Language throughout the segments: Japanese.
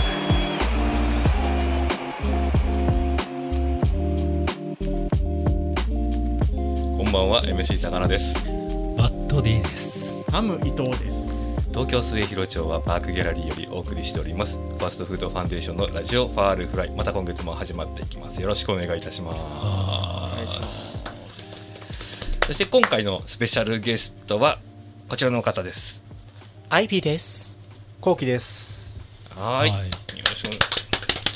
Hey. こんばんは MC さかなですバッド D です。ハム伊藤です。東京末広町はパークギャラリーよりお送りしておりますファストフードファンデーションのラジオファールフライまた今月も始まっていきますよろしくお願いいたしますそして今回のスペシャルゲストはこちらの方ですアイビーです。コウキです。はーいはいよろしくお願い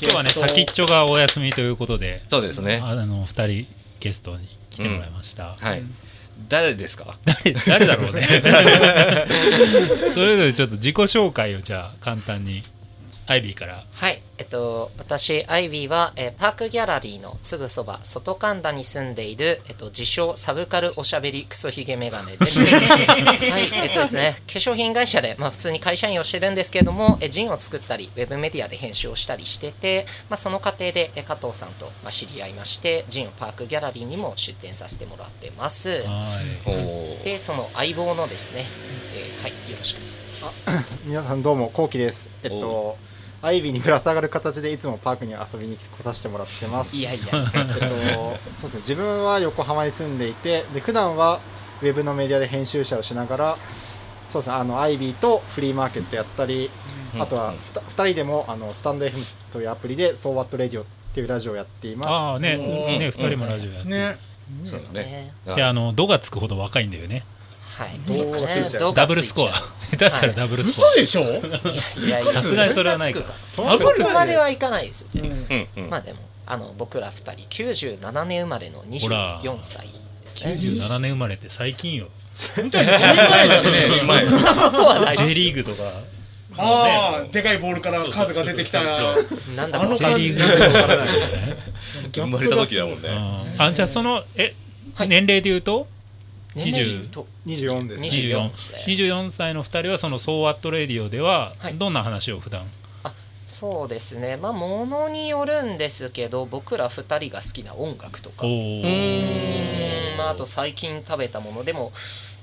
今日はね、先っちょがお休みということで、そうですねああの、二人ゲストに来てもらいました。はい誰ですか誰誰だろうね。それぞれちょっと自己紹介をじゃあ簡単に、アイビーから。はい。えっと、私、アイビーは、えーパークギャラリーのすぐそば、外神田に住んでいる、えっと、自称、サブカルおしゃべりクソヒゲメガネ です。はい。えっとですね、化粧品会社で、まあ、普通に会社員をしてるんですけれども、えージンを作ったり、ウェブメディアで編集をしたりしてて、まあ、その過程で、えー加藤さんと、まあ、知り合いまして、ジンをパークギャラリーにも出店させてもらってます。はい。おーで、その相棒のですね、えーはい、よろしく。皆さんどうもコウキです。えっとアイビーにぶら下がる形でいつもパークに遊びに来させてもらってます。いえっやいや。 とそうですね。自分は横浜に住んでいて、で普段はウェブのメディアで編集者をしながら、そうですね。あのアイビーとフリーマーケットやったり、うんあとはふた二人でもあのスタンド FM というアプリでソーワットレディオっていうラジオをやっています。ああね、うんね、二人もラジオやって。ね。そうだねで、あの、度がつくほど若いんだよね。はい、どうそうですねどダブルスコア。。下手したらダブルスコ嘘でしょいやいや、さすがにそれはないかそんなつくかそこまではいかないですよ、ね。うんうんうんまあでも、あの僕ら二人、97年生まれのほら24歳ですア。ね。 97年生まれって最近よ。ねうまいとはない J でリーグとか。ああ、ねでかいボールからカードが出てきたそうそうそうす。なんだあかのじゃ感 J じリーグとかからないよね。生まれた時だもんねうんあじゃあそのえ、はい年齢で言うと年齢で言うと二十四ですね。 24 24, ですね24歳の2人はその「ソーワットレディオ」でははいどんな話を普段、そうですね、まあ、ものによるんですけど、僕ら二人が好きな音楽とか、おううーーんまあ、あと最近食べたものでも、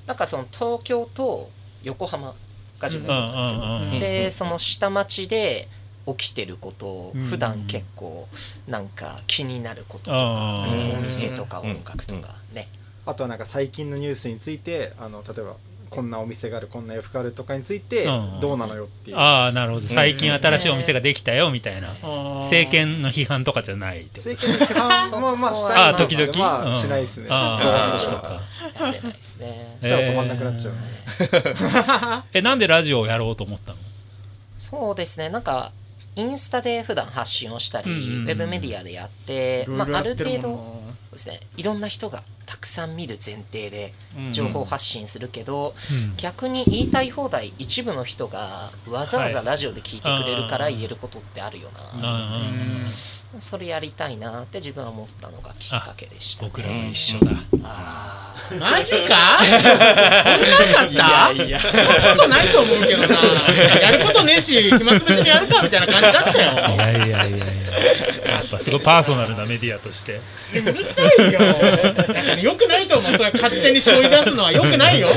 なんかその東京と横浜が自分なんですけど、うんうんうんでその下町で起きてることをうん普段結構なんか気になることとあかーお店とかうん音楽とかねあとはなんか最近のニュースについてあの例えばこんなお店があるこんな洋服があるとかについてうんどうなのよっていう、ああなるほどうん最近新しいお店ができたよみたいな政政権の批判とかじゃないってこと政権の批判もまあそしこはたいあなあと時思っ々てまあしないですねああそうそそううかやってないです ねじゃあ止まんなくなっちゃうはいえなんでラジオをやろうと思ったのそうですねなんかインスタで普段発信をしたり、うんうんうんウェブメディアでやって、まあ、ある程度そうです、ね、いろんな人がたくさん見る前提で情報発信するけど、うん逆に言いたい放題一部の人がわざわざラジオで聞いてくれるからはい言えることってあるよな、あーそれやりたいなって自分は思ったのがきっかけでした、ね、僕らと一緒だあマジかそんなんだったいやいや、そんなことないと思うけどな。やることねえし、暇つぶしにやるかみたいな感じだったいよ。やいやいやいややっぱすごいパーソナルなメディアとしてうるさいよ。なんかね良くないと思う。それ勝手に背負い出すのは良くないよ。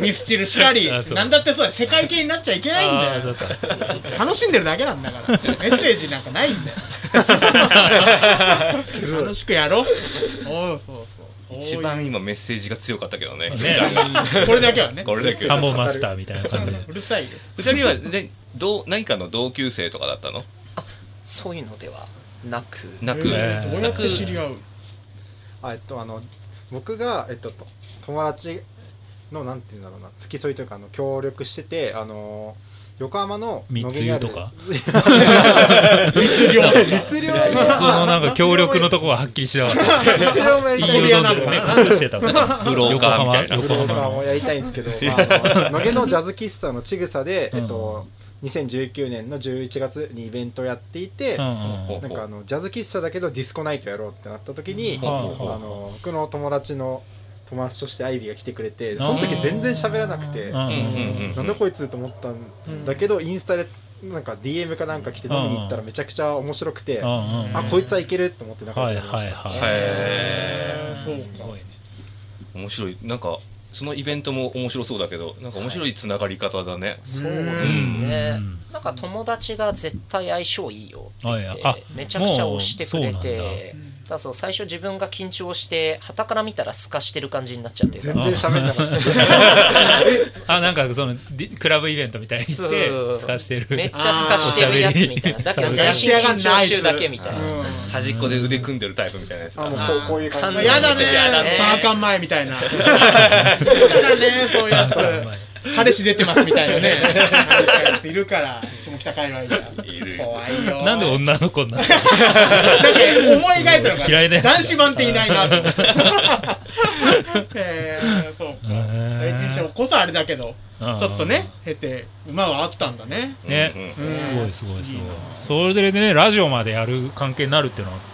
ミスチルしかりあそう。なんだってそうだ。世界系になっちゃいけないんだあーよそう。か 楽しんでるだけなんだからメッセージなんかない んだよ楽しくやろうおうそうそうそう一番今メッセージが強かったけど ねねこれだけはねこれだけサンボマスターみたいな感じでう るさいよ二人はねどう何かの同級生とかだったのーそういうのではなくなく、えーどうやって知り合うあえっとあの僕が、えっと、と友達のなんていうんだろうな付き添いというかあの協力しててあの横浜の密輸と か野毛に密漁ある密漁ねそのなんか協力のとこははっきりしなかった。 密漁もやりたい言いようどんでもね、隠してたもん。 ブローカーみたいなブ横浜ローカーもの。やりたいんですけど、まああの、野毛のジャズ喫茶のちぐさで、うんえっと、2019年の11月にイベントやっていて、うんうんなんかあのジャズ喫茶だけどディスコナイトやろうってなった時に、ほうほうあの僕の友達の友達としてアイビーが来てくれてその時全然喋らなくてうんうんうんなんだこいつと思ったんだけどインスタでなんか DM かなんか来て飲みに行ったらめちゃくちゃ面白くてうんうんあこいつはいけると思って仲は良いくなはいりましたはいへそうかすごいね面白いなんかそのイベントも面白そうだけどなんか面白いつながり方だね、そうですねうんなんか友達が絶対相性いいよって言っあていやあめちゃくちゃ押してくれもうそうなんだてだからそう最初自分が緊張して傍から見たら透かしてる感じになっちゃって全た然喋んなかった あなんかそのディクラブイベントみたいにしてそう透かしてめっるちゃ透かしてるやつみたいなあーだけど内心緊張してるだけみたいな端っこで腕組んでるタイプみたいなやつだあもうこうこういう感じあーやだねやだねバーカン前みたいなやだねそういうやつ彼氏出てますみたいなねなんかいるから下北界隈でいる怖いよなんでな女んかの子になる 思い描いたのか嫌いだよ男子版って いないなと思ってえーそうか第へー一印象こそあれだけどのちょっとね経て馬はあったんだねねうんうんすうごんいすごいすごいいいなそれでねラジオまでやる関係になるっていうのはね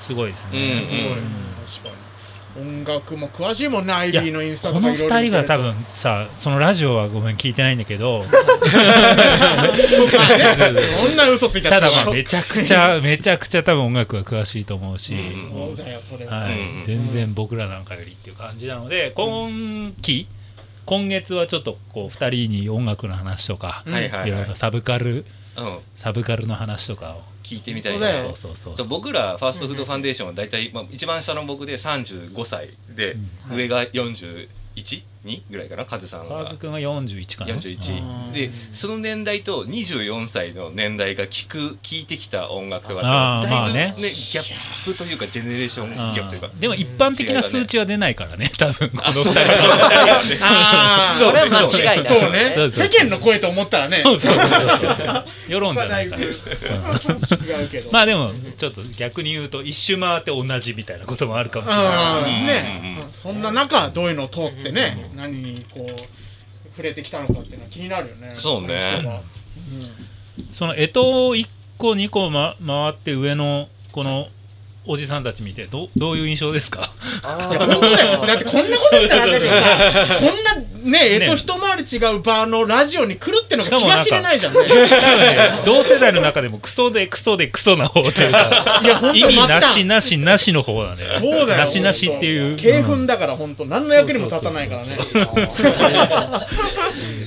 すごいですうんねすごうんい確かに音楽も詳しいもんねアイビーのインスタことのか二いろいろ見人てるとが多分さそのラジオはごめん聞いてないんだけどそんな嘘ついたたらだ まあめちゃくちゃめちゃくちゃ多分音楽は詳しいと思うし、うんそうだよそれは、はうんい、全然僕らなんかよりっていう感じなので今期今月はちょっとこう2人に音楽の話とか、うんはいはいいはろいいろサブカルうんサブカルの話とかを聞いてみたいそうだなよそうそうそうそそうう僕らファーストフードファンデーションは大体、まあ、一番下の僕で35歳で、う上が412ぐらいかなカズさん川が津君が41かな41んでその年代と24歳の年代が聞く聞いてきた音楽とかとあーまあだいねぶねギャップというかジェネレーションギャップというかうんでも一般的な数値は出ないからね多分この2人あ そうあーそれは間違いなそいうねそうそう世間の声と思ったらねそうそうそうそう世論じゃないから違うけどまあでもちょっと逆に言うと一周回って同じみたいなこともあるかもしれないあうんねうんそんな中どういうのを通ってね何にこう触れてきたのかっていうのは気になるよねそうねこの人はその干支を1個2個、ま、回って上のこのおじさんたち見てどどういう印象です かあいや本当だよだってこんなこと言ったらあれだけどさこんなねえねと一回り違うバーのラジオに来るってのしがか気もながんか知れないじゃんね同世代の中でもクソでクソでクソな方というかいや本意当味末な端しなしなしの方なんだよそうだよなしなしっていうう鶏ん粉だから本当何の役にも立たないからね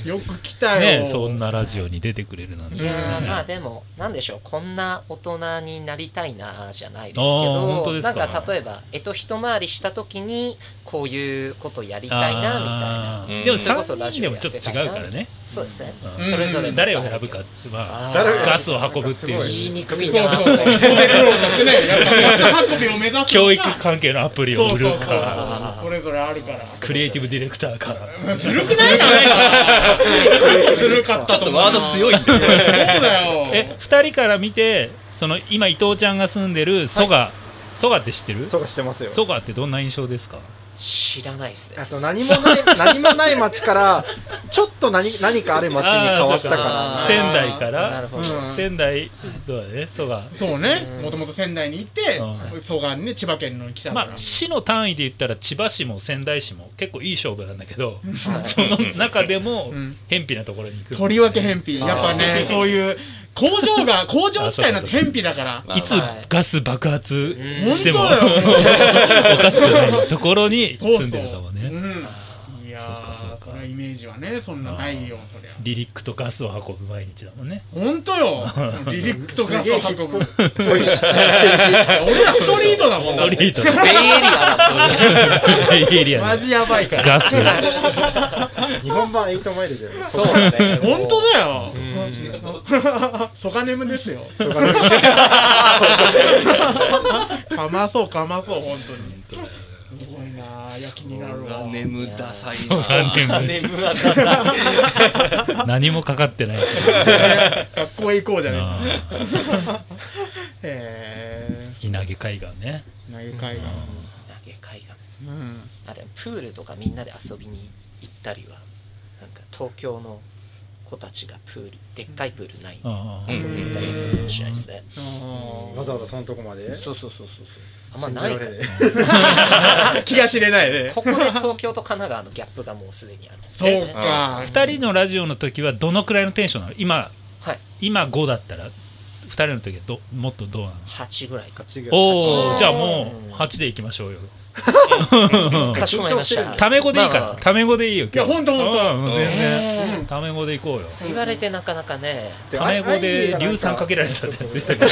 よく来たよねそんなラジオに出てくれるなんていねやーまあでもなんでしょうこんな大人になりたいなじゃないですけあー本ど当ですなかんか例えばえと一回りした時にこういうことやりたいなあみたいーなでもそれこそ3ラ人ジでオもやちょてっとた違いなうからね、そうですねうんうんそれぞれの誰を選ぶかってまああー誰をガスを運ぶってすごいう言いにくいそうなそうそうモデル論だってねやっぱやっぱ運びを目指す教育関係のアプリを売そうるそうかそうそれぞれあるからクリエイティブディレクターかずるくないかねずるかったと思うなちょっとワード強いんそうだだよえ二人から見てその今伊藤ちゃんが住んでる蘇我蘇我って知ってるそうかしてますよ蘇我ってどんな印象ですか知らないですねあと何もない 何もない町からちょっと何何かある町に変わったからあー仙台かならるほど、うん仙台そうだね蘇我そうねうんもともと仙台に行ってう蘇我にね千葉県のに来たからまあ市の単位で言ったら千葉市も仙台市も結構いい勝負なんだけどはいその中でもうん偏僻なところに行くとりわけ偏僻やっぱねそういう工場が工場地帯なんて偏僻だからまあ いつガス爆発うんしてもお本当 かしくないところにそう住んでるかもうねんいやそうかそうーかそりゃイメージはねそんなないよそりゃリリックとガスを運ぶ毎日だもん ね本 当よリリックとかと運ぶこういう俺らストリートだもんストリート ベイエリアだベイエリアマでジやばいからガ ス日本版8マイルだよそうだね本当だようんソカネムで すよかまそうかまそう本当にすごいなーいや気になるわ眠ださい蘇我なね何もかかってない学校へ行こうじゃあーないえ稲毛海岸ねー投げ海岸投げ海岸うんあでもプールとかみんなで遊びに行ったりはなんか東京の子たちがプールでっかいプールないんであ遊びに行ったりはするかもしれないですねあーわざわざそのとこまでそうそうそうそうそうあんまないからね 気が知れないねここで東京と神奈川のギャップがもうすでにあるんですよそうねか2人のラジオの時はどのくらいのテンションなの今はい今5だったら2人の時はどもっとどうなの8ぐらいか違うお八おじゃあもうんう8でいきましょうよかしこまりましたタメ語でいいかまあらまあタメ語でいいよ今日いやほんとほんとうん全ねえ然タメ語でいこうよそう言われてなかなかねでタメ語で硫酸かけられたってやつでしたけど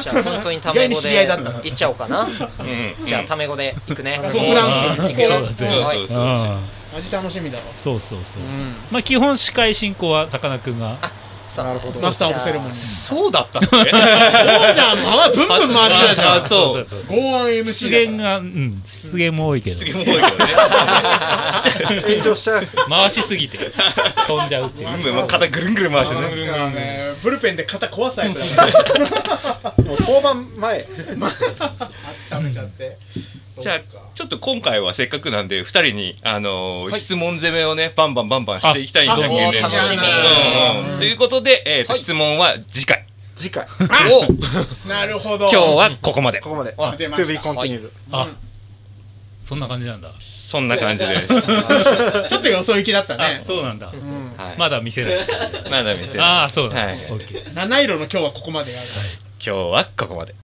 じゃあ本当にタメ語意外に知り合でいだった行っちゃおうかなうんじゃあタメ語で行くねフォークランド行くよそうだぜはいそうそううん味楽しみだろそうそうそううんまあ基本司会進行はさかなクンがそうなるほどマスターオブセレモニーそうだったっけそうじゃん回ブンブン回してたじゃんあそうそうそう剛腕出 MC 現だかがうん出現も多いけど次も多 いけどね。炎上しちゃう回しすぎて飛んじゃうっていううんもう肩ぐるんぐるん回してら回すからね。ねブルペンで肩壊すタイプだからねもう交番前温めちゃってじゃあそうか、ちょっと今回はせっかくなんで、二人に、あのー質問攻めをね、バンバンバンバンしていきたいんだけあれおー楽しみうんうんということで、えーと質問は次回次回を、なるほど今日はここまでこ。こまであ To be continued あそんな感じなんだそんな感じです。ちょっと予想行きだったあねそうなんだうんはいまだ見せないまだ見せないああそうだはいオッケー七色の今日はここまでやる今日はここまで。